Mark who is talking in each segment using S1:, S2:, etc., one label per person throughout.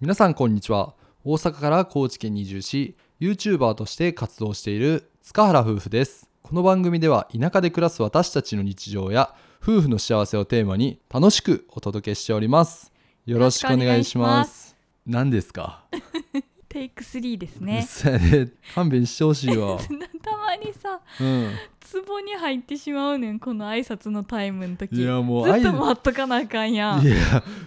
S1: 皆さんこんにちは大阪から高知県に移住し YouTuber として活動している塚原夫婦ですこの番組では田舎で暮らす私たちの日常や夫婦の幸せをテーマに楽しくお届けしておりますよろしくお願いし
S2: よろしくお願
S1: ま
S2: いします
S1: 何ですか、
S2: テイク3です
S1: うっ
S2: ね
S1: せえね勘弁してほしい わ
S2: たまにさ
S1: うん
S2: ツボに入ってしまうねんこの挨拶のタイムの時
S1: いやもう
S2: ずっと
S1: 挨
S2: 待っとかなあかんやん
S1: いや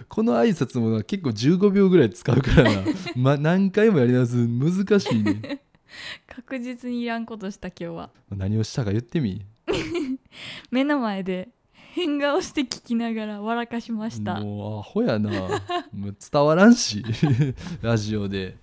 S1: この挨拶もな結構15秒ぐらい使うからな、ま、何回もやり直す難しい ね
S2: 確実にいらんことした今日は
S1: 何をしたか言ってみ
S2: 目の前で変顔して聞きながら笑かしました
S1: もうアホやな もう伝わらんし ラジオで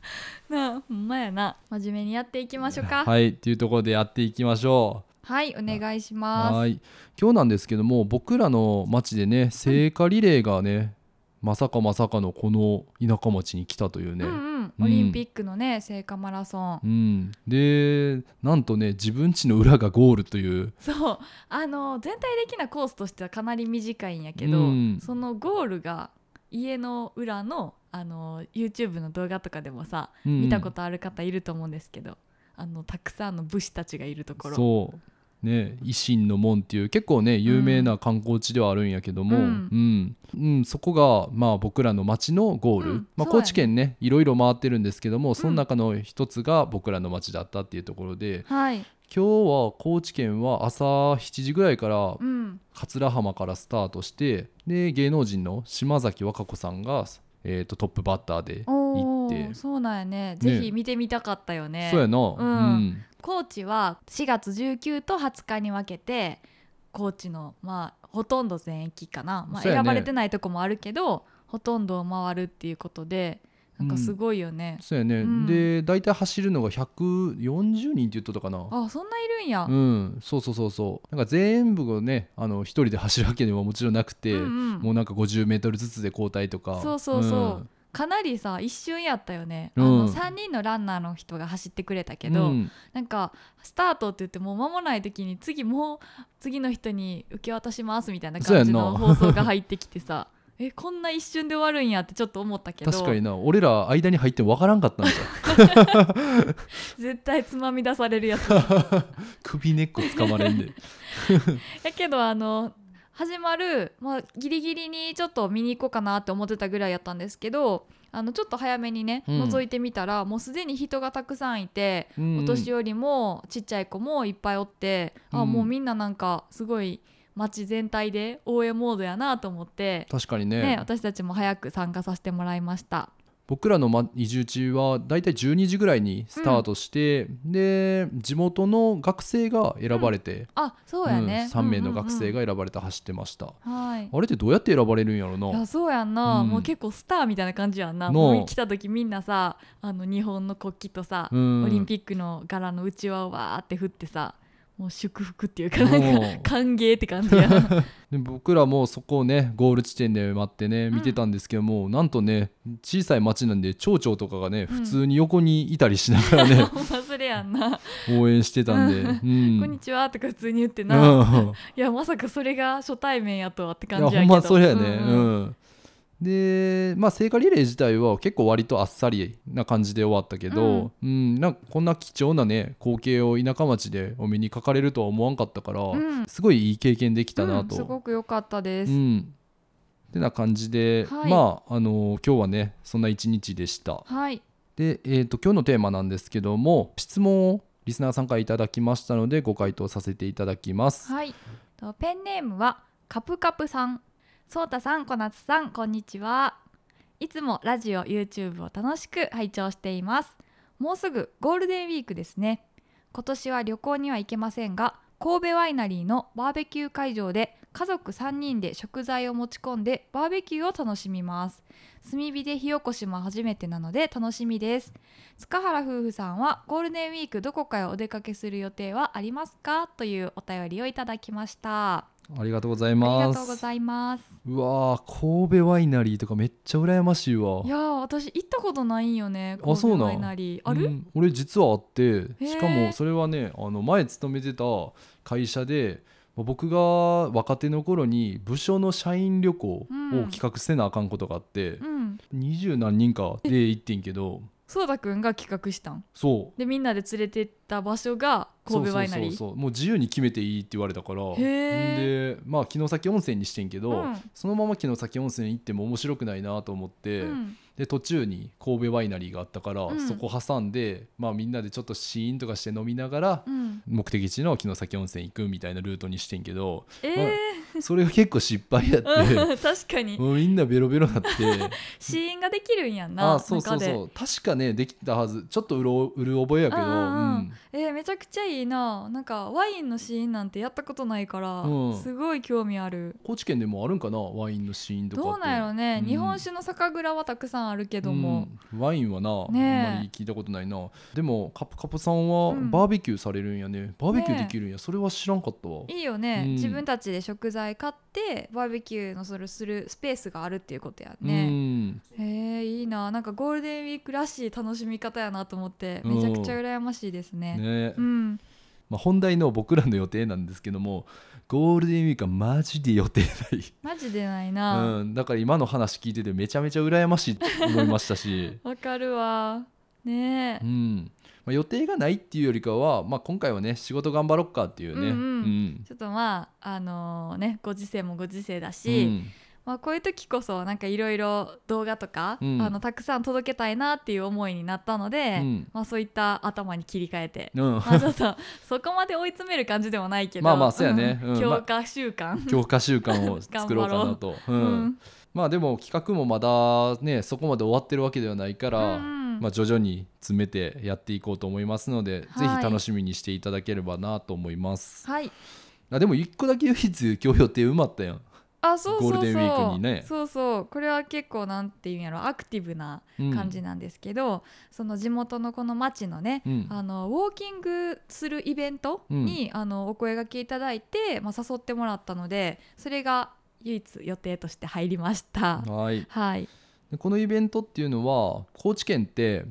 S2: なあほんまやな真面目にやっていきましょうかはい、
S1: はいっていうところでやっていきましょう
S2: お願いしま
S1: はい今日なんですけども僕らの町でね聖火リレーがね、まさかまさかのこの田舎町に来たという
S2: す、
S1: ね、
S2: うんうん
S1: うん
S2: オリンピックのね聖火マラソン、
S1: うん、でなんとね自分家の裏がゴールという
S2: そうあの全体的なコースとしてはかなり短いんやけど、
S1: うん
S2: そのゴールが家の裏のあの YouTube の動画とかでもさ、
S1: 見
S2: 見たことある方いると思うんですけどあのたくさんの武士たちがいるところ
S1: そうね維新の門っていう結構ね有名な観光地ではあるんやけども、う
S2: うん
S1: んうんそこがまあ僕らの町のゴール、
S2: うん
S1: ま
S2: そ
S1: あ、
S2: うやね
S1: 高知県ねいろいろ回ってるんですけどもその中の一つが僕らの町だったっていうところで、
S2: はい、
S1: 今日は高知県は朝7時ぐらいから
S2: うん、
S1: 桂浜からスタートしてで芸能人の島崎和歌子さんが、えー、とトップバッターで行
S2: お
S1: っ
S2: お
S1: て、
S2: ーそうなんやね
S1: ね
S2: ぜひ見てみたかったよね
S1: そうやな、
S2: ん
S1: うん
S2: 高知は4月19と20日に分けて高知のまあほとんど全域かな、まあ、
S1: そうやね
S2: 選ばれてないとこもあるけど、ほとんどを回るっていうことでなんかすごいよね、
S1: そうやね、
S2: うん
S1: で大体走るのが140人って言っとったかな
S2: あそんないるんや、
S1: うんそうそうそうそうなんか全部をねあの一人で走るわけでももちろんなくて、
S2: うんうん
S1: もうなんか 50m ずつで交代とか
S2: そうそうそうかなりさ一瞬やったよね、
S1: うん
S2: あの3人のランナーの人が走ってくれたけど、
S1: うん
S2: なんかスタートって言ってもう間もない時に次もう次の人に受け渡しますみたいな感じの
S1: そうやんな
S2: 放送が入ってきてさ えこんな一瞬で終わるんやってちょっと思ったけど
S1: 確かにな俺ら間に入っても分からんかったんじゃん
S2: 絶対つまみ出されるやつ
S1: 首根っこ掴まれんで
S2: やけどあの始まる、まあ、ギリギリにちょっと見に行こうかなって思ってたぐらいやったんですけどあのちょっと早めにね、
S1: うん
S2: 覗いてみたらもうすでに人がたくさんいて、
S1: うん
S2: お年寄りもちっちゃい子もいっぱいおって、
S1: う
S2: あ
S1: ん
S2: もうみんななんかすごい街全体で応援モードやなと思って、
S1: 確かに
S2: ね
S1: ね
S2: 私たちも早く参加させてもらいました。
S1: 僕らのま移住地は大体12時ぐらいにスタートして、で地元の学生が選ばれて、
S2: あそうやね、
S1: 3名の学生
S2: が、
S1: が選ばれて走ってました、
S2: はい
S1: あれってどうやって選ばれるんやろ
S2: いや
S1: な
S2: そうやんな、
S1: うん
S2: もう結構スターみたいな感じやんな
S1: な
S2: もう来た時みんなさあの日本の国旗とさ、
S1: うん
S2: オリンピックの柄のうちわをわーって振ってさもう祝福っていうかなん
S1: うん
S2: か歓迎って感じやん
S1: で僕らもそこをねゴール地点で待ってね
S2: ん
S1: 見てたんですけども、なんとね小さい町なんで町長とかがね
S2: うん
S1: 普通に横にいたりしながら ね、
S2: 忘れやんな、
S1: 応援して たんで、うん
S2: こんにちはとか普通に言って
S1: う
S2: な、い
S1: ん
S2: やまさかそれが初対面やとはって
S1: い
S2: 感
S1: や
S2: じや
S1: ほ
S2: け
S1: ん
S2: ど
S1: まそれやね、
S2: う
S1: うんん
S2: うん
S1: でまあ聖火リレー自体は結構割とあっさりな感じで終わったけど、うんなんかこんな貴重なね光景を田舎町でお目にかかれるとは思わんかったから、
S2: うん
S1: すごいいい経験できたな
S2: うん
S1: と、
S2: すごく良かったです、
S1: うん、てな感じで、
S2: はい
S1: まあ、あの今日はねそんな一日でした。
S2: はい
S1: で、えー、と今日のテーマなんですけども質問をリスナーさんからいただきましたのでご回答させていただきます。
S2: はいとペンネームはカプカプさんそうたさんこなつさんこんにちはいつもラジオ YouTube を楽しく拝聴していますもうすぐゴールデンウィークですね今年は旅行には行けませんが神戸ワイナリーのバーベキュー会場で家族3人で食材を持ち込んでバーベキューを楽しみます炭火で火起こしも初めてなので楽しみです塚原夫婦さんはゴールデンウィークどこかへお出かけする予定はありますかというお便りをいただきましたあ
S1: ありがとうござい
S2: り
S1: ます。
S2: がとうございます
S1: うわー神戸ワイナリーとかめっちゃ羨ましいわ。
S2: いやー私行ったことないんよね
S1: あそうな
S2: 神
S1: ん
S2: 戸ワイナリーある、
S1: うん俺実はあって
S2: ー
S1: しかもそれはねあの前勤めてた会社でまあ僕が若手の頃に部署の社員旅行を企画せなあかんことがあって
S2: うん
S1: 二十、何人かで行ってんけど
S2: そうたくんが企画したん
S1: そう
S2: でみんなで連れてった場所が神戸ワイナリー
S1: そうそうそうそうもう自由に決めていいって言われたから
S2: へ
S1: でまあ城崎温泉にしてんけど、
S2: うん
S1: そのまま城崎温泉行っても面白くないなと思って、
S2: うん
S1: で途中に神戸ワイナリーがあったから、
S2: うん
S1: そこ挟んで、まあ、みんなでちょっとシーンとかして飲みながら、
S2: うん
S1: 目的地の城崎温泉行くみたいなルートにしてん けど
S2: え
S1: それが結構失敗やっ
S2: ーうん
S1: て
S2: 確かに
S1: もうみんなベロベロなって
S2: 死因ができるんやん な
S1: あそうそう
S2: 中で
S1: そう確かねできたはずちょっとうろうる覚えやけど、
S2: う
S1: うんん
S2: うんうんえーめちゃくちゃいいななんかワインのシーンなんてやったことないから、
S1: うん
S2: すごい興味ある
S1: 高知県でもあるんかなワインのシーンとかって
S2: どうなんやろね、
S1: うん
S2: 日本酒の酒蔵はたくさんあるけども、
S1: うんワインはな、
S2: ねえ
S1: あんまり聞いたことないなでもカプカプさんは
S2: うん
S1: バーベキューされるんやね、バーベキューできるんや、それは知らんかったわ
S2: いいよね、
S1: うん
S2: 自分たちで食材買ってバーベキューのするするスペースがあるっていうことや
S1: う
S2: ね、
S1: ん
S2: へえいいななんかゴールデンウィークらしい楽しみ方やなと思って
S1: うん
S2: めちゃくちゃ羨ましいですね
S1: ね
S2: うん、
S1: まあ、本題の僕らの予定なんですけどもゴールデンウィークはマジで予定
S2: マジでない
S1: ない、
S2: な
S1: うん、だから今の話聞いててめちゃめちゃ羨ましいと思いましたし
S2: わ、かるわねえ
S1: うんまあ、予定がないっていうよりかは、まあ、今回はね仕事頑張ろっかっていうね
S2: うんうん
S1: うん
S2: ちょっとまああのねご時世もご時世だ
S1: う
S2: し、
S1: ん
S2: まあ、こういう時こそなんかいろいろ動画とか、
S1: うん
S2: あのたくさん届けたいなっていう思いになったので、
S1: うん
S2: まあ、そういった頭に切り替えて、
S1: うん
S2: まあ、ちょっと そこまで追い詰める感じでもないけど
S1: まあまあそうやね
S2: うん
S1: うん
S2: 強化習慣、
S1: 強化習慣を作ろうか なと。う
S2: うんん
S1: まあでも企画もまだねそこまで終わってるわけではないから、
S2: うん
S1: まあ、徐々に詰めてやっていこうと思いますので、
S2: はい
S1: ぜひ楽しみにしていただければなと思います
S2: はい
S1: あでも一個だけ唯一今日予定埋まったやん、
S2: あそうそうそう
S1: ゴールデンウィークにね
S2: そうそうこれは結構なんていうんやろアクティブな
S1: うん、
S2: 感じなんですけど、その地元のこの町のね、
S1: うん
S2: あのウォーキングするイベントに、あのお声がけいただいて、まあ、誘ってもらったのでそれが唯一予定として入りました。
S1: はい
S2: はい、
S1: でこのイベントっていうのは高知県って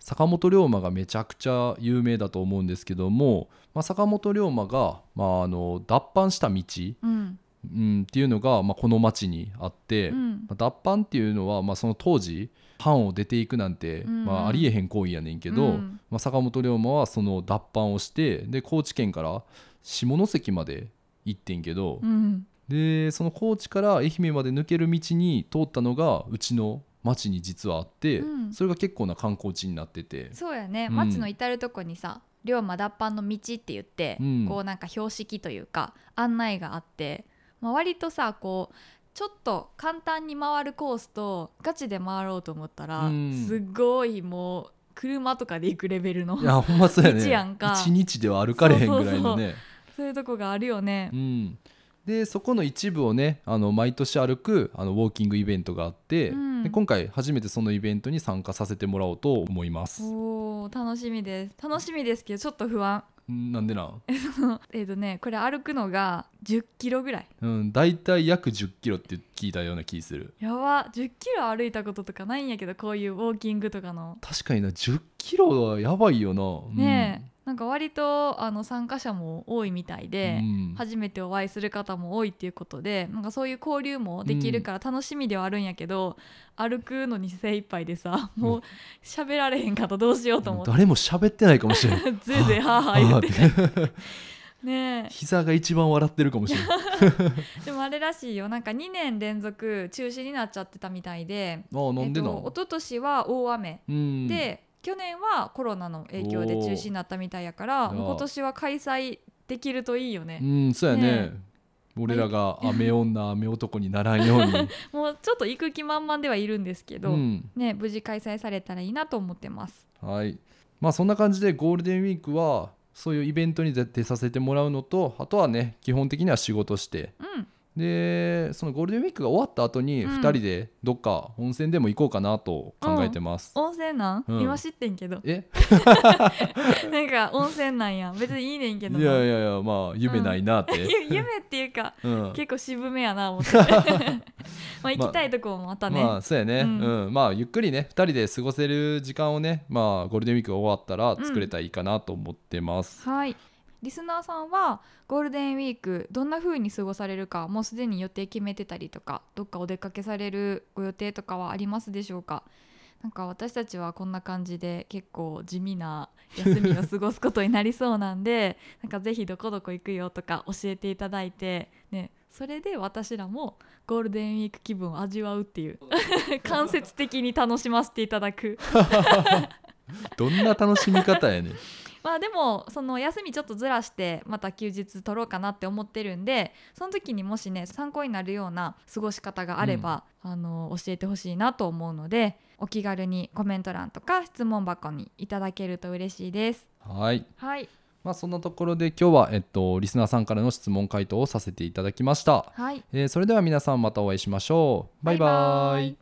S1: 坂本龍馬がめちゃくちゃ有名だと思うんですけども、まあ、坂本龍馬が、まあ、あの脱藩した道、
S2: うん
S1: うん、っていうのが、まあ、この町にあって、
S2: うん
S1: まあ脱藩っていうのは、まあ、その当時藩を出ていくなんて、
S2: うんうん
S1: まあ、ありえへん行為やねんけど、
S2: うん
S1: まあ、坂本龍馬はその脱藩をしてで高知県から下関まで行ってんけど、
S2: うん、
S1: でその高知から愛媛まで抜ける道に通ったのがうちの町に実はあって、
S2: うん
S1: それが結構な観光地になって て。
S2: そうやね
S1: うん
S2: 町の至るとこにさ「龍馬脱藩の道」って言って、
S1: うん
S2: こうなんか標識というか案内があって、まあ、割とさこうちょっと簡単に回るコースとガチで回ろうと思ったら、
S1: うん
S2: すごいもう車とかで行くレベルの
S1: いやほんまそうやね
S2: 道やんか
S1: 一日では歩かれへんぐらいのね
S2: そうそうそそういうとこがあるよね
S1: う。ん、でそこの一部をねあの毎年歩くあのウォーキングイベントがあって、
S2: うん
S1: で今回初めてそのイベントに参加させてもらおうと思います。
S2: おー楽しみです楽しみですけどちょっと不安
S1: んなんでなん、
S2: えっとねこれ歩くのが10キロぐらい
S1: うん、大体約1 0キロって聞いたような気する
S2: やば10キロ歩いたこととかないんやけどこういうウォーキングとかの
S1: 確かにな1 0キロはやばいよな。
S2: ねえ、なんか割とあの参加者も多いみたい
S1: うん
S2: で、
S1: うん
S2: 初めてお会いする方も多いっていうことでなんかそういう交流もできるから楽しみではあるんやけど、歩くのに精一杯でさもう喋られへんかったどうしようと思って
S1: 誰も喋ってないかも しれん
S2: ずいずいはあはあ言って
S1: あーって
S2: ねえ
S1: 膝が一番笑ってるかもしれん。あ
S2: でもあれらしいよなんか2年連続中止になっちゃってたみたいで
S1: ーなんでな
S2: えっと、一昨年は大雨、
S1: うん、
S2: で去年はコロナの影響で中止になったみたいやから
S1: おー
S2: もう今年は開催できるといいよね、
S1: うん、そうやね
S2: ね
S1: 俺らが雨女雨男にならんように。
S2: もうちょっと行く気満々ではいるんです けど、
S1: うん
S2: ね無事開催されたらいいなと思ってます
S1: はい、まあそんな感じでゴールデンウィークはそういうイベントに出出させてもらうのとあとはね基本的には仕事して
S2: うん
S1: でそのゴールデンウィークが終わった後に
S2: うん
S1: 2人でどっか温泉でも行こうかなと考えてます、
S2: 温泉なん、
S1: うん
S2: 今知ってんけど
S1: え
S2: なんか温泉なんや別にいいねんけど
S1: い
S2: な
S1: やいやいやまあ夢ないなって、
S2: ゆ夢っていうか
S1: うん
S2: 結構渋めやな思って まあ行きたいとこもまたね、
S1: まあそうやね、
S2: う
S1: うんんまあゆっくりね2人で過ご せる時間をねまあゴールデンウィークが終わったら作れたらいいかなと思ってます、
S2: はい。リスナーさんはゴールデンウィークどんな風に過ごされるかもうすでに予定決めてたりとかどっかお出かけされるご予定とかはありますでしょうかなんか私たちはこんな感じで結構地味な休みを過ごすことになりそうなんで なんかぜひどこどこ行くよとか教えていただいて、ね、それで私らもゴールデンウィーク気分を味わうっていう 間接的に楽しませていただく
S1: どんな楽しみ方やねん
S2: まあでもその休みちょっとずらしてまた休日取ろうかなって思ってるんでその時にもしね参考になるような過ごし方があれば、あの教えてほしいなと思うのでお気軽にコメント欄とか質問箱にいただけると嬉しいです。
S1: はい
S2: はい、
S1: まあそんなところで今日はえっとリスナーさんからの質問回答をさせていただきました、
S2: はい、
S1: えーそれでは皆さんまたお会いしましょうバイバイ
S2: バイバイ